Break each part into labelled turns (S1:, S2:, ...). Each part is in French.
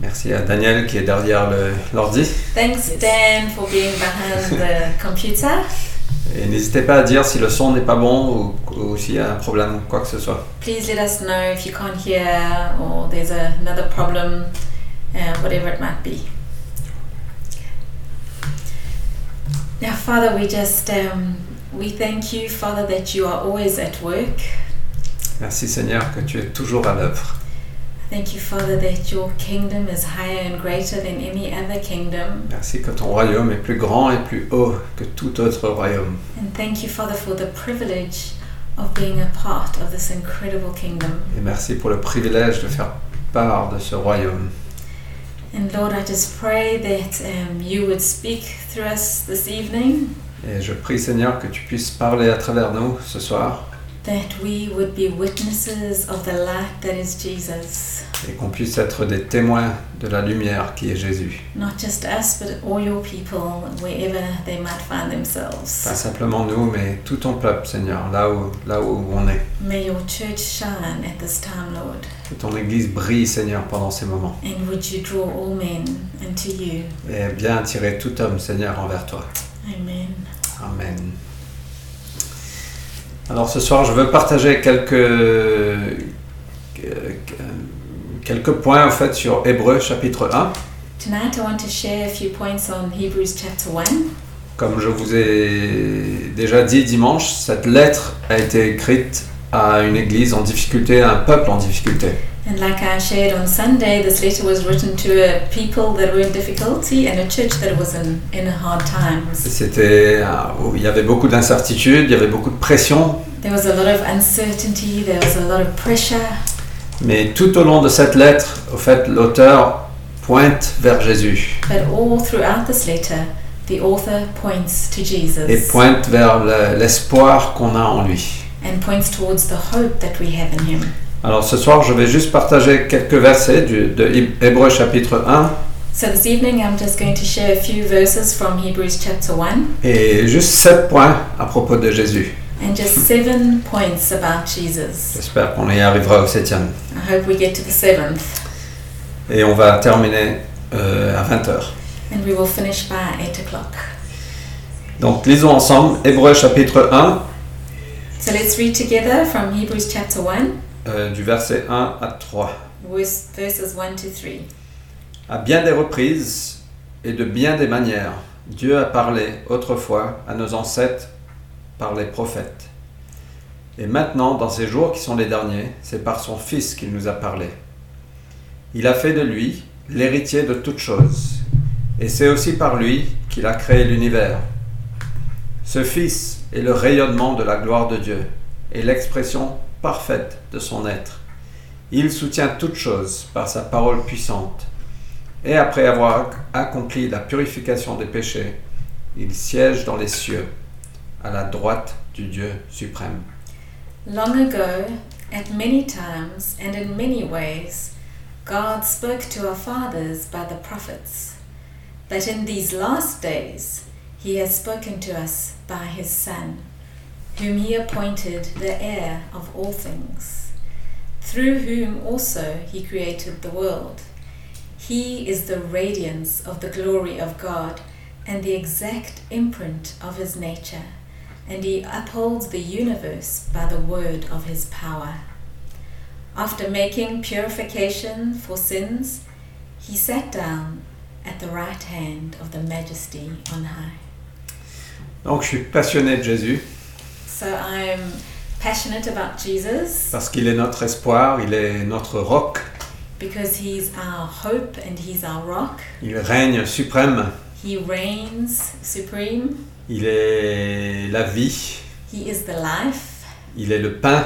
S1: Merci à Daniel qui est derrière le- l'ordi.
S2: Thanks, Dan, for being behind the computer.
S1: Et n'hésitez pas à dire si le son n'est pas bon ou, ou s'il y a un problème, quoi que ce soit.
S2: Please let us know if you can't hear or there's another problem, uh, whatever it might be. Now, Father, we just um, we thank you, Father, that you are always at work.
S1: Merci Seigneur que tu es toujours à l'œuvre.
S2: Thank you, Father, that your kingdom is higher and greater than any other kingdom.
S1: Merci que ton royaume est plus grand et plus haut que tout autre royaume.
S2: And thank you, Father, for the privilege of being a part of this incredible kingdom.
S1: Et merci pour le privilège de faire part de ce royaume.
S2: And Lord, I just pray that um, you would speak through us this evening,
S1: Et je prie Seigneur que tu puisses parler à travers nous ce soir
S2: that we would be witnesses of the light that is Jesus.
S1: et qu'on puisse être des témoins de la lumière qui est Jésus.
S2: Not just us, but all your people, wherever they might find themselves.
S1: Pas simplement nous, mais tout ton peuple Seigneur, là où, là où on est.
S2: May your church shine at this time, Lord.
S1: Que ton Église brille Seigneur pendant ces moments.
S2: And would you draw all men unto you?
S1: et Eh bien attirer tout homme, Seigneur, envers toi.
S2: Amen.
S1: Amen. Alors ce soir, je veux partager quelques, euh, quelques points en fait sur Hébreu chapitre 1.
S2: Tonight I want to share a few points on Hebrews chapter 1.
S1: Comme je vous ai déjà dit dimanche, cette lettre a été écrite à une église en difficulté, à un peuple en difficulté.
S2: And like I shared on Sunday, this letter was written to a people that were in difficulty and a church that was in, in hard times.
S1: C'était, euh, il y avait beaucoup d'incertitudes, il y avait beaucoup de pression,
S2: There was a lot of uncertainty, there was a lot of pressure,
S1: mais tout au long de cette lettre, au fait, l'auteur pointe vers Jésus.
S2: but all throughout this letter, the author points to
S1: et
S2: Jesus
S1: pointe vers le- l'espoir qu'on a en lui.
S2: and points towards the hope that we have in him.
S1: Alors ce soir, je vais juste partager quelques versets du- de Hé- Hébreux chapitre 1
S2: So this evening I'm just going to share a few verses from Hebrews chapter 1
S1: et juste sept points à propos de Jésus.
S2: and just seven points about Jesus.
S1: J'espère qu'on y arrivera au septième.
S2: I hope we get to the seventh
S1: Et on va terminer euh, à 20h.
S2: and we will finish by 8 o'clock.
S1: Donc lisons ensemble Hébreux chapitre 1
S2: So let's read together from Hebrews chapter 1,
S1: euh, du verset 1 à 3.
S2: verse- verses 1 to 3.
S1: À bien des reprises et de bien des manières, Dieu a parlé autrefois à nos ancêtres par les prophètes. Et maintenant, dans ces jours qui sont les derniers, c'est par son Fils qu'il nous a parlé. Il a fait de lui l'héritier de toutes choses, et c'est aussi par lui qu'il a créé l'univers. Ce Fils est le rayonnement de la gloire de Dieu et l'expression parfaite de son être. Il soutient toutes choses par sa parole puissante. Et après avoir accompli la purification des péchés, il siège dans les cieux, à la droite du Dieu suprême.
S2: Long ago, at many times and in many ways, God spoke to our fathers by the prophets. But in these last days, He has spoken to us by His Son, whom He appointed the heir of all things, through whom also He created the world. He is the radiance of the glory of God and the exact imprint of His nature and he upholds the universe by the word of his power. After making purification for sins, he sat down at the right hand of the Majesty on high.
S1: Donc je suis passionné de Jésus
S2: So I'm passionate about Jesus
S1: parce qu'il est notre espoir, il est notre roc,
S2: because he's our hope and he's our rock.
S1: il règne suprême,
S2: He reigns supreme.
S1: il est la vie,
S2: He is the life.
S1: il est le pain,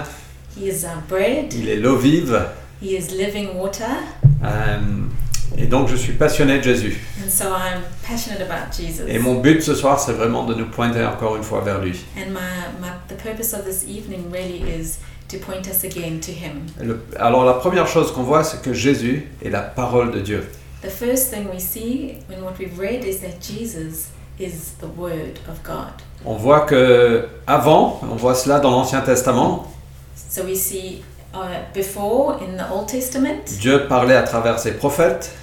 S2: He is our bread.
S1: il est l'eau vive.
S2: He is living water.
S1: Euh, et donc je suis passionné de Jésus.
S2: And so I'm passionate about Jesus.
S1: Et mon but ce soir, c'est vraiment de nous pointer encore une fois vers lui.
S2: And my, my, the purpose of this evening really is to point us again to Him.
S1: Le- alors la première chose qu'on voit, c'est que Jésus est la parole de Dieu.
S2: The first thing we see in what we've read is that Jesus is the Word of God.
S1: On voit que avant, on voit cela dans l'Ancien Testament,
S2: So we see uh, before in the Old Testament,
S1: Dieu parlait à travers ses prophètes,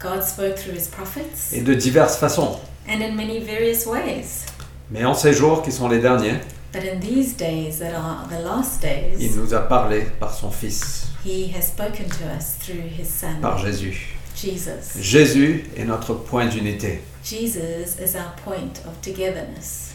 S2: God spoke through his prophets
S1: et de diverses façons.
S2: and in many various ways.
S1: Mais en ces jours qui sont les derniers,
S2: But in these days that are the last
S1: il
S2: days,
S1: nous a parlé par son Fils,
S2: he has spoken to us through his son,
S1: par Jésus.
S2: Jesus.
S1: Jésus est notre point d'unité.
S2: Jesus is our point of togetherness.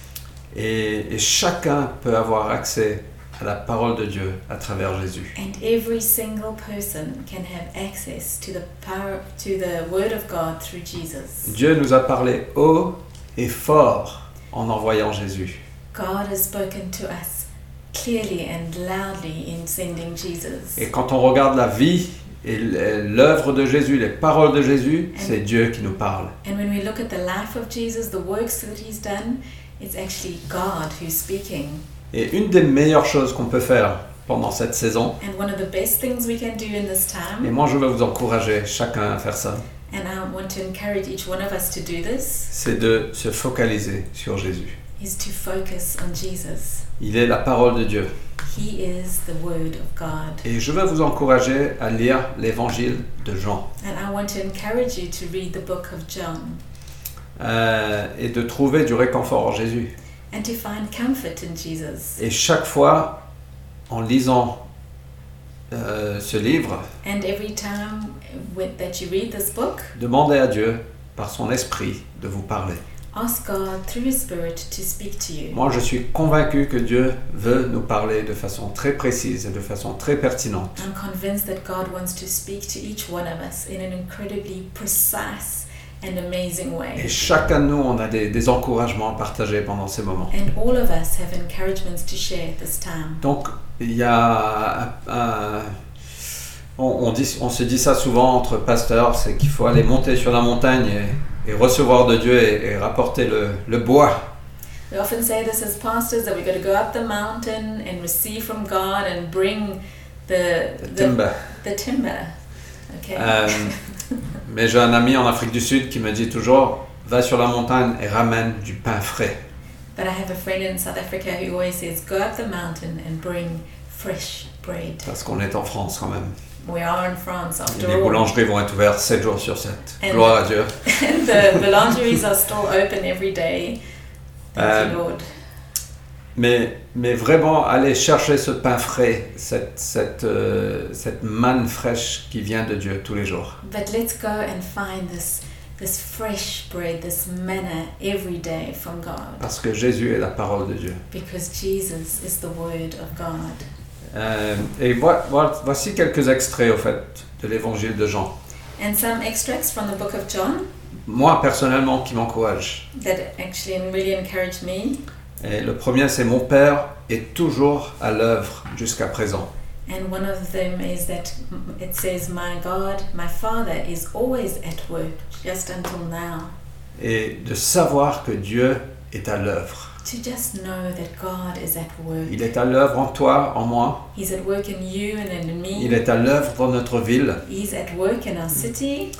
S1: Et, et chacun peut avoir accès à la parole de Dieu à travers Jésus.
S2: And every single person can have access to the power to the word of God through Jesus.
S1: Dieu nous a parlé haut et fort en envoyant Jésus.
S2: God has spoken to us clearly and loudly in sending Jesus.
S1: Et quand on regarde la vie et l- l'œuvre de Jésus, les paroles de Jésus, c'est Dieu qui nous parle.
S2: And when we look at the life of Jesus, the works that he's done, it's actually God who's speaking.
S1: Et une des meilleures choses qu'on peut faire pendant cette saison,
S2: And one of the best things we can do in this
S1: et
S2: time,
S1: moi je veux vous encourager chacun à faire ça,
S2: and I want to encourage each one of us to do this,
S1: c'est de se focaliser sur Jésus.
S2: is to focus on Jesus.
S1: Il est la parole de Dieu.
S2: He is the Word of God.
S1: Et je veux vous encourager à lire l'évangile de Jean
S2: And I want to encourage you to read the book of John
S1: euh, et de trouver du réconfort en Jésus.
S2: and to find comfort in Jesus.
S1: Et chaque fois, en lisant euh, ce livre,
S2: And every time with, that you read this book,
S1: demandez à Dieu, par son esprit, de vous parler.
S2: ask God through His Spirit to speak to you.
S1: Moi, je suis convaincu que Dieu veut nous parler de façon très précise et de façon très pertinente.
S2: I'm convinced that God wants to speak to each one of us in an incredibly precise and amazing
S1: Et
S2: way.
S1: chacun de nous, on a des, des encouragements à partager pendant ces moments.
S2: And all of us have encouragements to share at this time.
S1: Donc, il y a... un- on, on dit- on se dit ça souvent entre pasteurs, c'est qu'il faut aller monter sur la montagne et, et recevoir de Dieu et, et rapporter le, le bois.
S2: We often say this as pastors that we've got to go up the mountain and receive from God and bring the Uh,
S1: le timber.
S2: The, timber. Okay.
S1: Euh, mais j'ai un ami en Afrique du Sud qui me dit toujours va sur la montagne et ramène du pain frais.
S2: but I have a friend in South Africa who always says, "Go up the mountain and bring fresh bread."
S1: Parce qu'on est en France quand même.
S2: We are in France
S1: Et
S2: after
S1: les
S2: all,
S1: boulangeries vont être ouvertes 7 jours sur 7.
S2: Et-
S1: Gloire à Dieu.
S2: and the boulangeries are still open every day. Thank
S1: Euh,
S2: you, Lord.
S1: Mais, mais vraiment, aller chercher ce pain frais, cette, cette, euh, cette manne fraîche qui vient de Dieu tous les jours.
S2: But let's go and find this this fresh bread, this manna every day from God,
S1: Parce que Jésus est la parole de Dieu.
S2: because Jesus is the Word of God.
S1: Euh, et voi- voi- voici quelques extraits, au fait, de l'évangile de Jean.
S2: And some extracts from the book of John
S1: Moi, personnellement, qui m'encourage.
S2: that actually really encouraged me.
S1: Et le premier, c'est mon père est toujours à l'œuvre jusqu'à présent.
S2: And one of them is that it says, My God, my Father is always at work, just until now.
S1: Et de savoir que Dieu est à l'œuvre.
S2: To just know that God is at work.
S1: Il est à l'œuvre en toi, en moi.
S2: He's at work in you and in
S1: Il
S2: me.
S1: est à l'œuvre dans notre ville.
S2: He's at work in our city.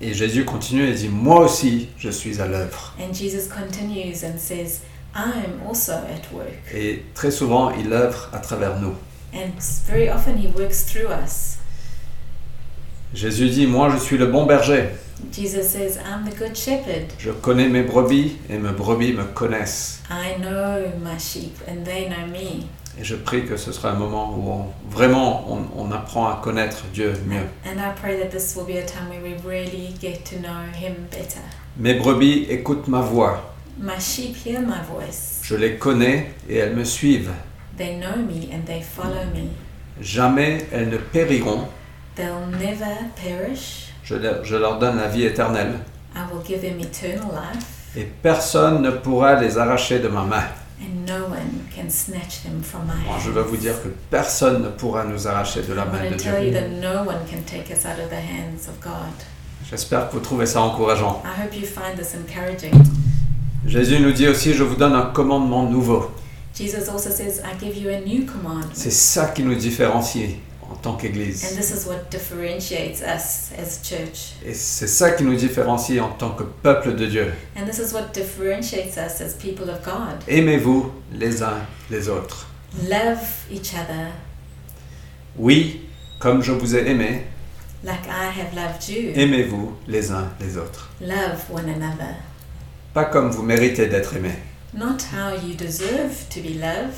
S1: Et Jésus continue et dit, moi aussi, je suis à l'œuvre.
S2: And Jesus continues and says, I am also at work.
S1: Et très souvent, il œuvre à travers nous.
S2: And very often he works through us.
S1: Jésus dit, moi, je suis le bon berger.
S2: Jesus says, I'm the good shepherd.
S1: Je connais mes brebis et mes brebis me connaissent.
S2: I know my sheep and they know me.
S1: Et je prie que ce sera un moment où on- vraiment on- on apprend à connaître Dieu mieux.
S2: And I pray that this will be a time where we really get to know him better.
S1: Mes brebis écoutent ma voix.
S2: My sheep hear my voice.
S1: Je les connais et elles me suivent.
S2: They know me and they follow me.
S1: Jamais elles ne périront.
S2: They'll never perish.
S1: Je, leur- je leur donne la vie éternelle.
S2: I will give them eternal life,
S1: Et personne ne pourra les arracher de ma main.
S2: and no one can snatch them from my
S1: Moi,
S2: hand.
S1: je veux vous dire que personne ne pourra nous arracher de la
S2: I'm
S1: main
S2: going
S1: de
S2: to tell you
S1: Dieu.
S2: that no one can take us out of the hands of God.
S1: J'espère que vous trouvez ça encourageant.
S2: I hope you find this encouraging.
S1: Jésus nous dit aussi, je vous donne un commandement nouveau.
S2: Jesus also says, I give you a new commandment.
S1: C'est ça qui nous différencie en tant
S2: And
S1: qu'Église.
S2: this is what differentiates us as a church.
S1: Et c'est ça qui nous différencie en tant que peuple de Dieu.
S2: And this is what differentiates us as people of God.
S1: Aimez-vous les uns les autres.
S2: Love each other.
S1: Oui, comme je vous ai aimé,
S2: like I have loved you.
S1: Aimez-vous les uns les autres.
S2: Love one another.
S1: Pas comme vous méritez d'être aimés,
S2: Not how you deserve to be loved,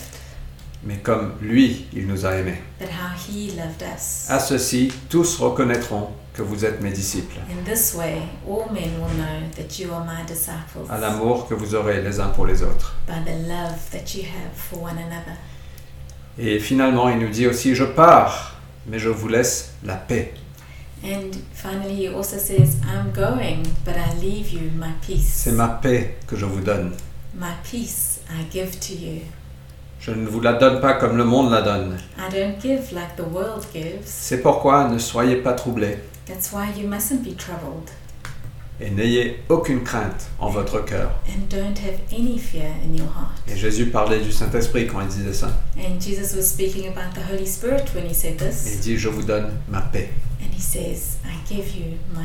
S1: mais comme lui, il nous a aimés.
S2: but how He loved us.
S1: À ceci, tous reconnaîtront que vous êtes mes disciples,
S2: In this way, all men will know that you are my disciples
S1: à l'amour que vous aurez les uns pour les autres.
S2: by the love that you have for one another.
S1: Et finalement, il nous dit aussi, je pars, mais je vous laisse la paix.
S2: And finally, He also says, I'm going, but I leave you my peace.
S1: C'est ma paix que je vous donne.
S2: My peace I give to you.
S1: Je ne vous la donne pas comme le monde la donne.
S2: I don't give like the world gives.
S1: C'est pourquoi ne soyez pas troublés
S2: That's why you mustn't be troubled
S1: et n'ayez aucune crainte en votre cœur.
S2: and don't have any fear in your heart.
S1: Et Jésus parlait du Saint-Esprit quand il disait ça.
S2: And Jesus was speaking about the Holy Spirit when he said
S1: Il
S2: this.
S1: dit, je vous donne ma paix.
S2: And he says, I give you my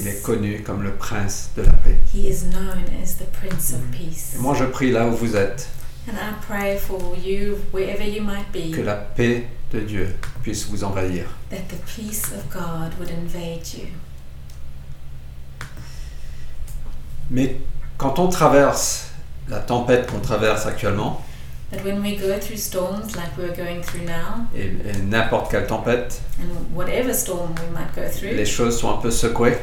S1: Il est
S2: peace.
S1: connu comme le prince de la paix.
S2: He is known as the Prince of
S1: Et
S2: Peace.
S1: moi, je prie là où vous êtes,
S2: And I pray for you, wherever you might be,
S1: que la paix de Dieu puisse vous envahir.
S2: that the peace of God would invade you.
S1: Mais quand on traverse la tempête qu'on traverse actuellement,
S2: That when we go through storms like we're going through now,
S1: et, et n'importe quelle tempête,
S2: and whatever storm we might go through,
S1: les choses sont un peu secouées.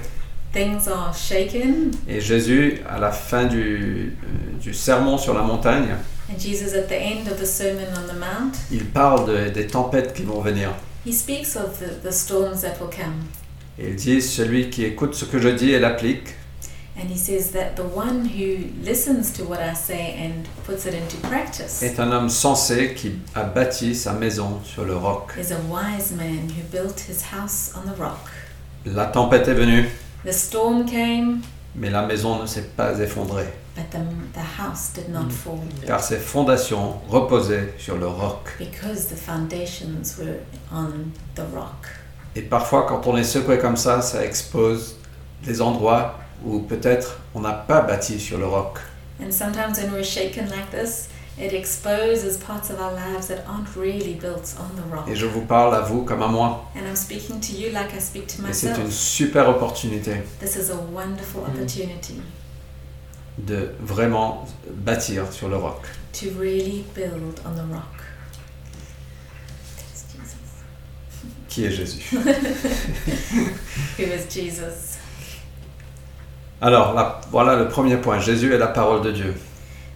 S2: things are shaken.
S1: Et Jésus, à la fin du, euh, du sermon sur la montagne,
S2: And Jesus, at the end of the Sermon on the Mount,
S1: il parle de- des tempêtes qui vont venir.
S2: he speaks of the, the storms that will come.
S1: Et il dit, celui qui écoute ce que je dis et l'applique,
S2: And he says that the one who listens to what I say and puts it into practice
S1: est un homme sensé qui a bâti sa maison sur le roc.
S2: is a wise man who built his house on the rock.
S1: La tempête est venue,
S2: The storm came,
S1: mais la maison ne s'est pas effondrée,
S2: but the, the house did not fall
S1: car ses fondations reposaient sur le roc.
S2: because the foundations were on the rock.
S1: Et parfois, quand on est secoué comme ça, ça expose des endroits où peut-être on n'a pas bâti sur le roc.
S2: And sometimes when we're shaken like this, it exposes parts of our lives that aren't really built on the rock.
S1: Et je vous parle à vous comme à moi.
S2: And I'm speaking to you like I speak to
S1: Et c'est
S2: myself.
S1: une super opportunité
S2: This is a wonderful
S1: Mm.
S2: opportunity
S1: de vraiment bâtir sur le roc.
S2: to really build on the rock. That's Jesus.
S1: Qui est Jésus
S2: Who is Jesus?
S1: Alors, là, voilà le premier point. Jésus est la parole de Dieu.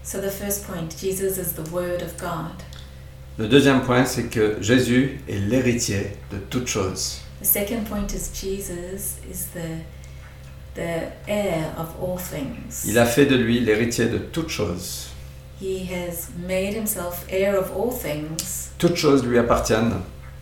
S2: So the first point, Jesus is the Word of God.
S1: Le deuxième point, c'est que Jésus est l'héritier de toutes choses.
S2: The second point is Jesus is the the heir of all things.
S1: Il a fait de lui l'héritier de toutes choses.
S2: He has made himself heir of all things.
S1: Toutes choses lui appartiennent.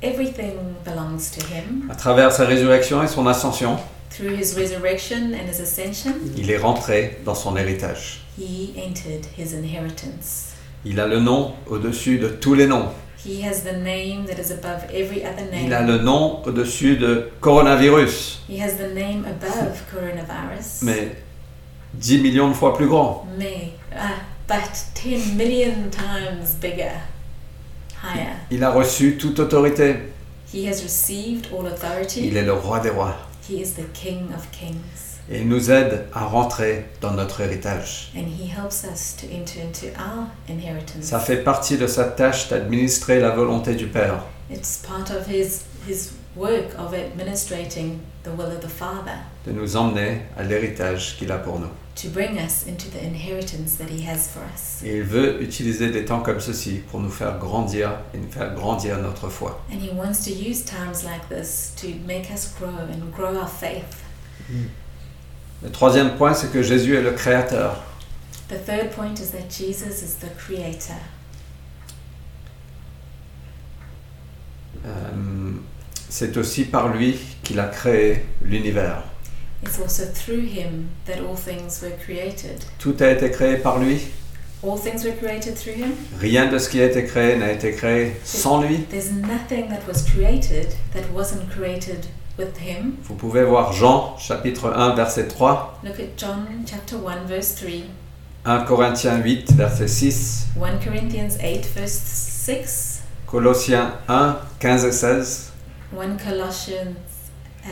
S2: Everything belongs to him.
S1: À travers sa résurrection et son ascension,
S2: Through his resurrection and his ascension,
S1: il est rentré dans son héritage.
S2: he entered his inheritance.
S1: Il a le nom au-dessus de tous les noms.
S2: He has the name that is above every other name.
S1: Il a le nom au-dessus de coronavirus,
S2: He has the name above coronavirus.
S1: mais 10 millions de fois plus grand.
S2: May. Ah, but 10 million times bigger. Higher.
S1: Il a reçu toute autorité.
S2: He has received all authority.
S1: Il est le roi des rois.
S2: He is the King of kings.
S1: Et il nous aide à rentrer dans notre héritage.
S2: And he helps us to enter into our inheritance.
S1: Ça fait partie de sa tâche d'administrer la volonté du Père.
S2: It's part of his, his work of administrating the will of the Father
S1: de nous emmener à l'héritage qu'il a pour nous.
S2: to bring us into the inheritance that he has for us.
S1: Et il veut utiliser des temps comme ceci pour nous faire grandir et nous faire grandir notre foi.
S2: And he wants to use times like this to make us grow and grow our faith.
S1: Le troisième point, c'est que Jésus est le Créateur.
S2: The third point is that Jesus is the creator.
S1: Euh, c'est aussi par lui qu'il a créé l'univers.
S2: It's also through him that all things were created.
S1: Tout a été créé par lui.
S2: All things were created through him.
S1: Rien de ce qui a été créé n'a été créé sans lui.
S2: There's nothing that was created that wasn't created with him.
S1: Vous pouvez voir Jean chapitre 1 verset 3,
S2: Look at John chapter 1 verse 3,
S1: 1 Corinthiens 8 verset 6,
S2: 1 Corinthians 8 verse 6,
S1: Colossiens 1 15 et 16,
S2: 1 Colossians uh,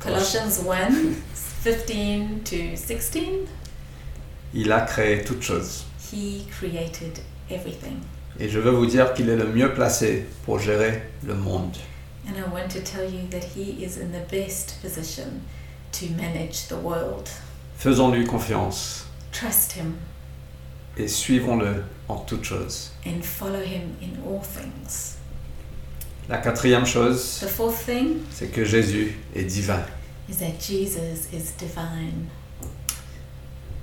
S2: Colossians 1 15 to 16,
S1: Il a créé toutes choses.
S2: He created everything.
S1: Et je veux vous dire qu'il est le mieux placé pour gérer le monde.
S2: And I want to tell you that He is in the best position to manage the world.
S1: Faisons-lui confiance
S2: Trust Him
S1: et suivons-le en toutes choses.
S2: and follow Him in all things.
S1: La quatrième chose,
S2: The fourth thing
S1: c'est que Jésus est divin.
S2: is that Jesus is divine.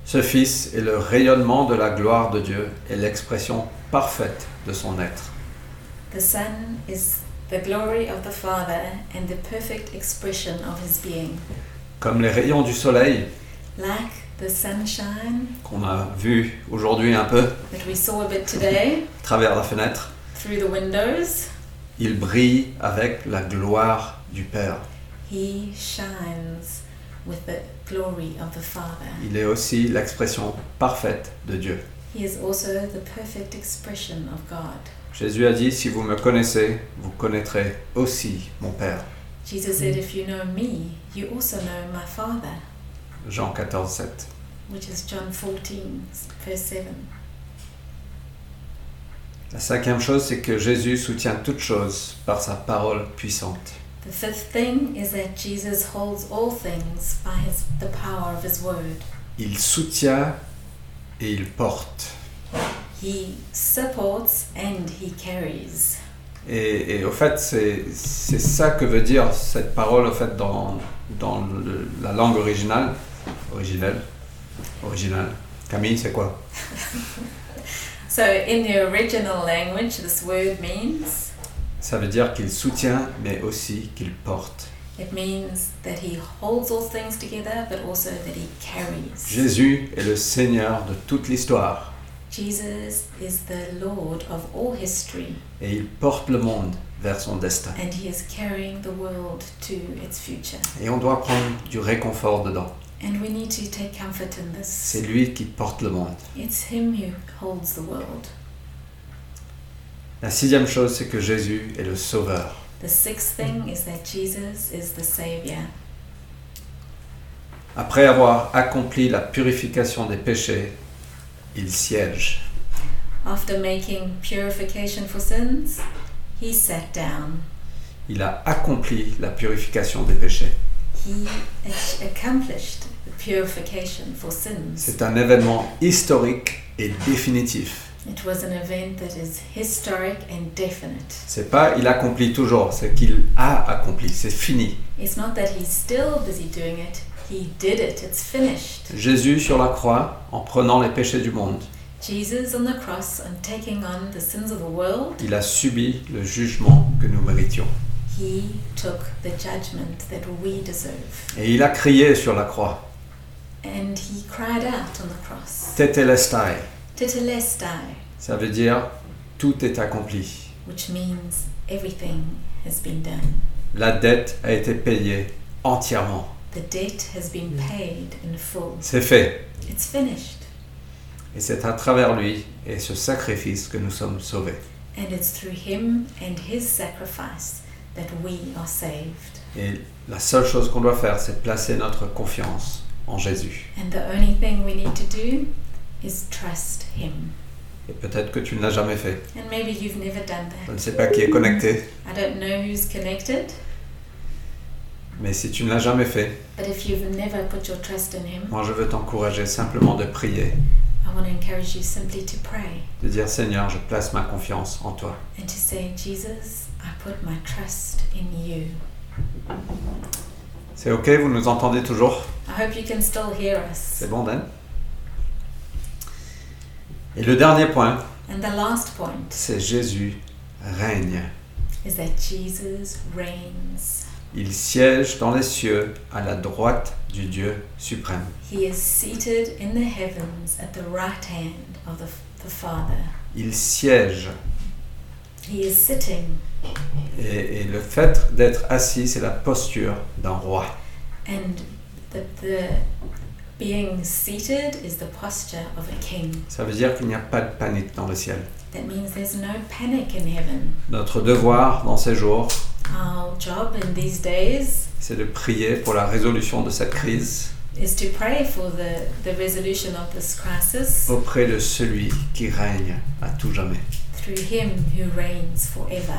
S1: Ce Fils est le rayonnement de la gloire de Dieu et l'expression parfaite de son être.
S2: The Son is the glory of the Father and the perfect expression of His being.
S1: Comme les rayons du soleil
S2: Like the sunshine
S1: qu'on a vu aujourd'hui un peu à
S2: that we saw a bit today
S1: travers la fenêtre,
S2: through the windows,
S1: il brille avec la gloire du Père.
S2: He shines with the glory of the Father.
S1: Il est aussi l'expression parfaite de Dieu.
S2: He is also the perfect expression of God.
S1: Jésus a dit, si vous me connaissez, vous connaîtrez aussi mon Père.
S2: Jesus said, If you know me, you also know my Father,
S1: Jean 14, 7.
S2: which is John 14, verse 7.
S1: La cinquième chose, c'est que Jésus soutient toutes choses par sa parole puissante.
S2: The fifth thing is that Jesus holds all things by his, the power of his word.
S1: Il soutient et il porte.
S2: He supports and he carries.
S1: Et, et au fait, c'est c'est ça que veut dire cette parole au fait dans, dans le- la langue originale. Originelle. Originale. Camille, c'est quoi
S2: So, in the original language, this word means
S1: Ça veut dire qu'il soutient, mais aussi qu'il porte.
S2: it means that he holds all things together, but also that he carries.
S1: Jésus est le Seigneur de toute l'histoire
S2: Jesus is the Lord of all history,
S1: et il porte le monde vers son destin.
S2: and he is carrying the world to its future.
S1: Et on doit prendre du réconfort dedans.
S2: And we need to take comfort in this.
S1: C'est lui qui porte le monde.
S2: It's him who holds the world.
S1: La sixième chose, c'est que Jésus est le Sauveur.
S2: The sixth thing is that Jesus is the Savior.
S1: Après avoir accompli la purification des péchés, il siège.
S2: After making purification for sins, he sat down.
S1: Il a accompli la purification des péchés.
S2: He ac- accomplished the purification for sins.
S1: C'est un événement historique et définitif.
S2: It was an event that is historic and definite.
S1: C'est pas il accomplit toujours, c'est qu'il a accompli, c'est fini.
S2: It's not that he's still busy doing it, he did it, it's finished.
S1: Jésus sur la croix, en prenant les péchés du monde,
S2: Jesus on the cross and taking on the sins of the world,
S1: il a subi le jugement que nous méritions.
S2: he took the judgment that we deserve.
S1: Et il a crié sur la croix,
S2: And he cried out on the cross,
S1: Tetelestai.
S2: Tetelestai,
S1: Ça veut dire tout est accompli.
S2: which means everything has been done.
S1: La dette a été payée entièrement.
S2: The debt has been paid in full.
S1: C'est fait.
S2: It's finished.
S1: Et c'est à travers lui et ce sacrifice que nous sommes sauvés.
S2: And it's through him and his sacrifice that we are saved.
S1: Et la seule chose qu'on doit faire, c'est placer notre confiance en Jésus.
S2: And the only thing we need to do is trust him.
S1: Et peut-être que tu ne l'as jamais fait.
S2: And maybe you've never done
S1: Je
S2: that.
S1: ne sais pas qui est connecté,
S2: I don't know who's connected,
S1: mais si tu ne l'as jamais fait,
S2: but if you've never put your trust in him,
S1: moi je veux t'encourager simplement de prier,
S2: I want to encourage you simply to pray
S1: de dire Seigneur, je place ma confiance en toi.
S2: and to say, Jesus, I put my trust in you.
S1: C'est ok, vous nous entendez toujours
S2: I hope you can still hear us.
S1: C'est bon, Dan Et le dernier point,
S2: And the last point
S1: c'est Jésus règne.
S2: is that Jesus reigns.
S1: Il siège dans les cieux à la droite du Dieu suprême.
S2: He is seated in the heavens at the right hand of the, the Father.
S1: Il siège.
S2: He is sitting,
S1: Et, et le fait d'être assis, c'est la posture d'un roi.
S2: and the, the being seated is the posture of a king.
S1: Ça veut dire qu'il n'y a pas de panique dans le ciel.
S2: That means there's no panic in heaven.
S1: Notre devoir dans ces jours,
S2: Our job in these days
S1: c'est de prier pour la résolution de cette crise
S2: is to pray for the, the resolution of this crisis
S1: auprès de celui qui règne à tout jamais.
S2: through Him who reigns forever.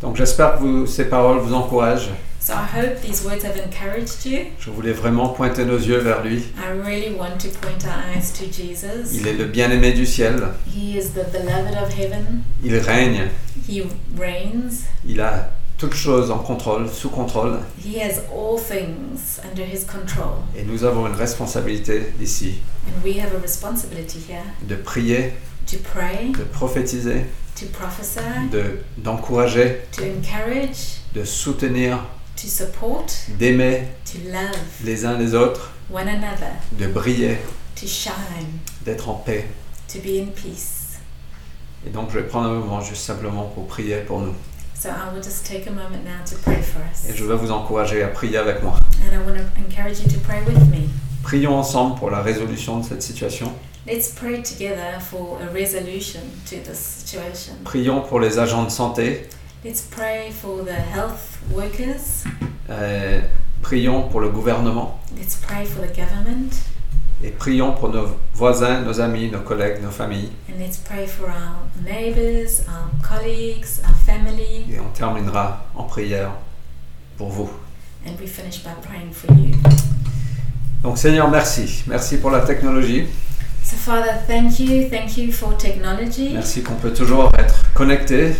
S1: Donc j'espère que vous- ces paroles vous encouragent.
S2: So I hope these words have encouraged you.
S1: Je voulais vraiment pointer nos yeux vers lui.
S2: I really want to point our eyes to Jesus.
S1: Il est le bien-aimé du ciel.
S2: He is the beloved of heaven.
S1: Il règne.
S2: He reigns.
S1: Il a toutes choses en contrôle, sous contrôle.
S2: He has all things under His control.
S1: Et nous avons une responsabilité ici
S2: And we have a responsibility here
S1: de prier,
S2: to pray,
S1: de prophétiser,
S2: to prophesy,
S1: de d'encourager,
S2: to encourage,
S1: de soutenir,
S2: to support,
S1: d'aimer
S2: to love
S1: les uns les autres,
S2: one another,
S1: de briller,
S2: to shine,
S1: d'être en paix.
S2: to be in peace.
S1: Et donc je vais prendre un moment juste simplement pour prier pour nous.
S2: So I will just take a moment now to pray for us.
S1: Et je vais vous encourager à prier avec moi.
S2: And I want to encourage you to pray with me.
S1: Prions ensemble pour la résolution de cette situation.
S2: Let's pray together for a resolution to this situation.
S1: Prions pour les agents de santé.
S2: Let's pray for the health workers.
S1: euh, prions pour le gouvernement.
S2: Let's pray for the government.
S1: Et prions pour nos voisins, nos amis, nos collègues, nos familles.
S2: And let's pray for our neighbors, our colleagues, our family.
S1: Et on terminera en prière pour vous.
S2: And we finish by praying for you.
S1: Donc Seigneur, merci. Merci pour la technologie.
S2: So, Father, thank you. Thank you for technology.
S1: Merci qu'on peut toujours être connectés.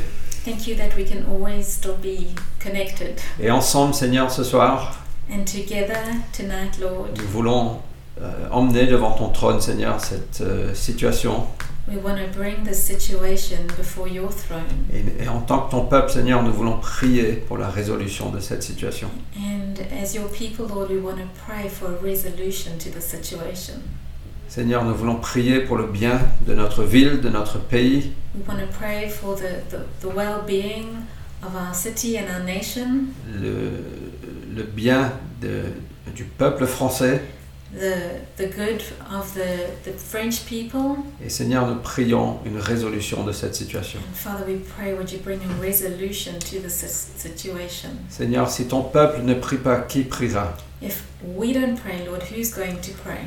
S2: Thank you that we can always still be connected.
S1: Et ensemble, Seigneur, ce soir,
S2: And together tonight, Lord,
S1: nous voulons euh, emmener devant ton trône, Seigneur, cette euh, situation.
S2: we want to bring this situation before your throne.
S1: Et, et en tant que ton peuple, Seigneur, nous voulons prier pour la résolution de cette situation.
S2: And as your people, Lord, we want to pray for a resolution to the situation.
S1: Seigneur, nous voulons prier pour le bien de notre ville, de notre pays.
S2: We want to pray for the, the, the well being of our city and our nation,
S1: le, le bien de- du peuple français.
S2: the, the good of the, the French people.
S1: Et Seigneur, nous prions une résolution de cette situation.
S2: And Father, we pray, would you bring a resolution to this si- situation?
S1: Seigneur, si ton peuple ne prie pas, qui priera
S2: If we don't pray, Lord, who's going to pray?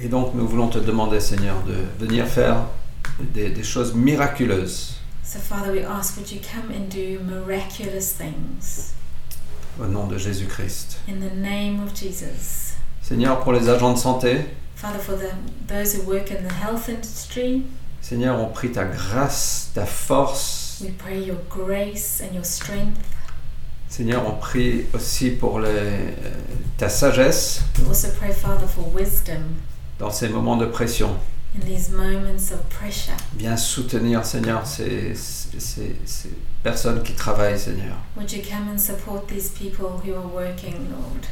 S1: Et donc nous voulons te demander, Seigneur, de venir faire des, des choses miraculeuses.
S2: So, Father, we ask, would you come and do miraculous things
S1: Au nom de Jésus-Christ.
S2: in the name of Jesus?
S1: Seigneur, pour les agents de santé,
S2: Father, for the, those who work in the health industry,
S1: Seigneur, on prie ta grâce, ta force.
S2: We pray your grace and your strength.
S1: Seigneur, on prie aussi pour les- euh, ta sagesse
S2: We also pray, Father, for wisdom
S1: dans ces moments de pression.
S2: in these moments of pressure.
S1: Bien soutenir, Seigneur, ces, ces- ces personnes qui travaillent, Seigneur.
S2: Would you come and support these people who are working, Lord?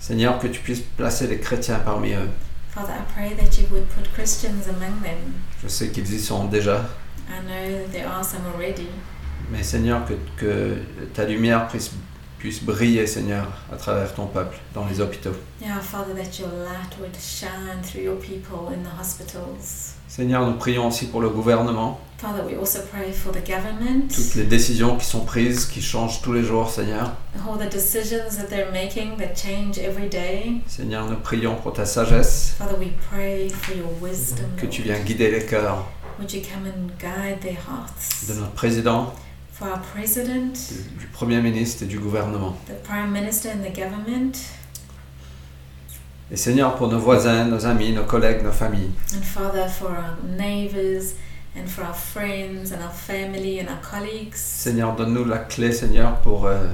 S1: Seigneur, que tu puisses placer les chrétiens parmi eux.
S2: Father, I pray that you would put Christians among them.
S1: Je sais qu'ils y sont déjà,
S2: I know that there are some already,
S1: mais Seigneur, que, que ta lumière puisse, puisse briller, Seigneur, à travers ton peuple, dans les hôpitaux.
S2: Yeah, Father, that your light would shine through your people in the hospitals.
S1: Seigneur, nous prions aussi pour le gouvernement,
S2: Father, we also pray for the government,
S1: toutes les décisions qui sont prises, qui changent tous les jours, Seigneur.
S2: all the decisions that they're making that change every day.
S1: Seigneur, nous prions pour ta sagesse,
S2: Father, we pray for your wisdom.
S1: que tu
S2: Lord.
S1: viens guider les cœurs
S2: Would you come and guide their hearts?
S1: de notre président,
S2: For our president,
S1: du du Premier ministre et du gouvernement.
S2: the prime minister, and the government,
S1: Et Seigneur, pour nos voisins, nos amis, nos collègues, nos familles.
S2: and Father, for our neighbors, and for our friends, and our family, and our colleagues.
S1: Seigneur, donne-nous la clé, Seigneur, pour, euh,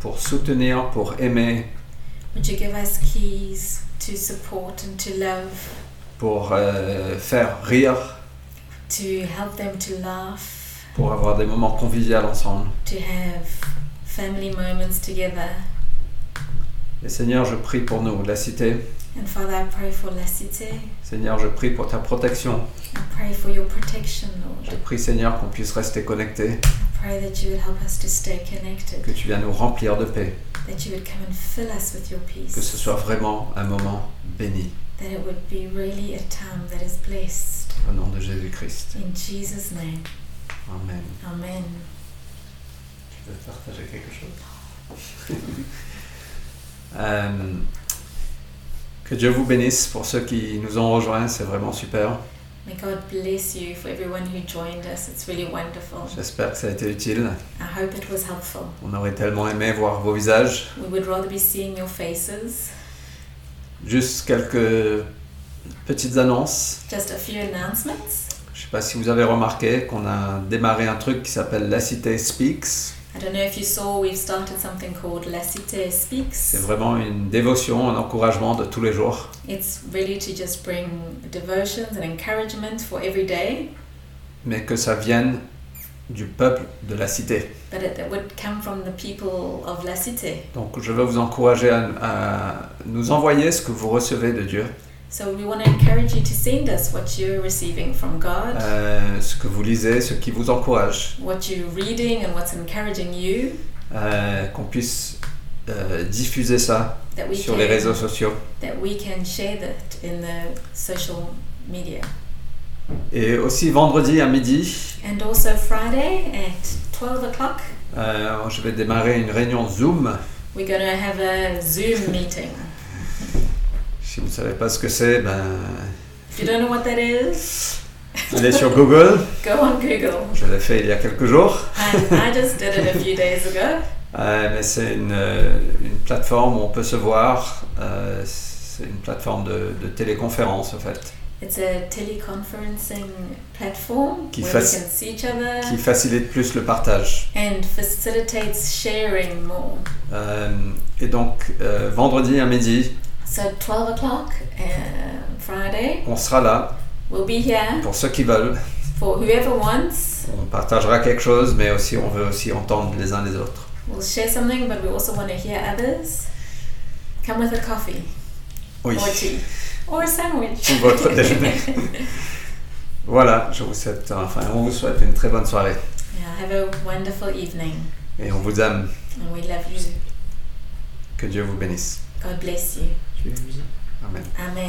S1: pour soutenir, pour aimer,
S2: Would you give us keys to support and to love,
S1: pour euh, faire rire,
S2: to help them to laugh,
S1: pour avoir des moments conviviaux ensemble.
S2: to have family moments together?
S1: Et Seigneur, je prie pour nous, la cité.
S2: And Father, I pray for La Cité.
S1: Seigneur, je prie pour ta protection.
S2: I pray for your protection,
S1: Je
S2: Lord.
S1: prie, Seigneur, qu'on puisse rester connectés,
S2: I pray that you would help us to stay
S1: que
S2: connected,
S1: tu viennes nous remplir de paix,
S2: that you would come and fill us with your peace.
S1: que ce soit vraiment un moment béni.
S2: that it would be really a time that is blessed.
S1: Au nom de Jésus-Christ.
S2: In Jesus' name,
S1: Amen.
S2: Amen.
S1: Je peux partager quelque chose Euh, Que Dieu vous bénisse pour ceux qui nous ont rejoints, c'est vraiment super.
S2: May God bless you for everyone who joined us. It's really wonderful.
S1: J'espère que ça a été utile.
S2: I hope it was helpful.
S1: On aurait tellement aimé voir vos visages.
S2: We would rather be seeing your faces.
S1: Juste quelques petites annonces.
S2: Just a few announcements.
S1: Je sais pas si vous avez remarqué qu'on a démarré un truc qui s'appelle La Cité Speaks.
S2: I don't know if you saw, we've started something called La Cité
S1: C'est
S2: Speaks.
S1: vraiment une dévotion, un encouragement de tous les jours.
S2: It's really to just bring devotions and encouragement for every day,
S1: mais que ça vienne du peuple de la cité.
S2: but it, that would come from the people of La Cité.
S1: Donc je veux vous encourager à, à nous envoyer ce que vous recevez de Dieu,
S2: So we want to encourage you to send us what you're receiving from God,
S1: euh, ce que vous lisez, ce qui vous encourage,
S2: what you're reading and what's encouraging you,
S1: euh, qu'on puisse euh, diffuser ça
S2: that we
S1: sur les réseaux
S2: can,
S1: sociaux
S2: that we can share that in the social media.
S1: et aussi vendredi à midi
S2: And also Friday at 12 o'clock,
S1: euh, je vais démarrer une réunion Zoom
S2: we're going to have a Zoom meeting.
S1: si vous ne savez pas ce que c'est ben
S2: If you don't know what that is,
S1: allez sur Google
S2: go on Google.
S1: je l'ai fait il y a quelques jours
S2: And I just did it a few days ago.
S1: Euh, mais c'est une, euh, une plateforme où on peut se voir. euh, c'est une plateforme de, de téléconférence, en fait,
S2: It's a teleconferencing platform
S1: Qui
S2: where
S1: faci-
S2: we can see each other
S1: qui facilite plus le partage.
S2: and facilitates sharing more.
S1: Euh, et donc, euh, vendredi à midi,
S2: So 12 o'clock um, Friday,
S1: on sera là
S2: we'll be here
S1: pour ceux qui veulent.
S2: for whoever wants.
S1: On partagera quelque chose, mais aussi on veut aussi entendre les uns les autres.
S2: We'll share something, but we also want to hear others. Come with a coffee
S1: Oui.
S2: or tea or a sandwich.
S1: Ou votre déjeuner. Voilà, je vous souhaite, enfin, on vous souhaite une très bonne soirée
S2: yeah, have a wonderful evening,
S1: et on vous aime.
S2: and we love you.
S1: Que Dieu vous bénisse.
S2: God bless you.
S1: Amen.
S2: Amen.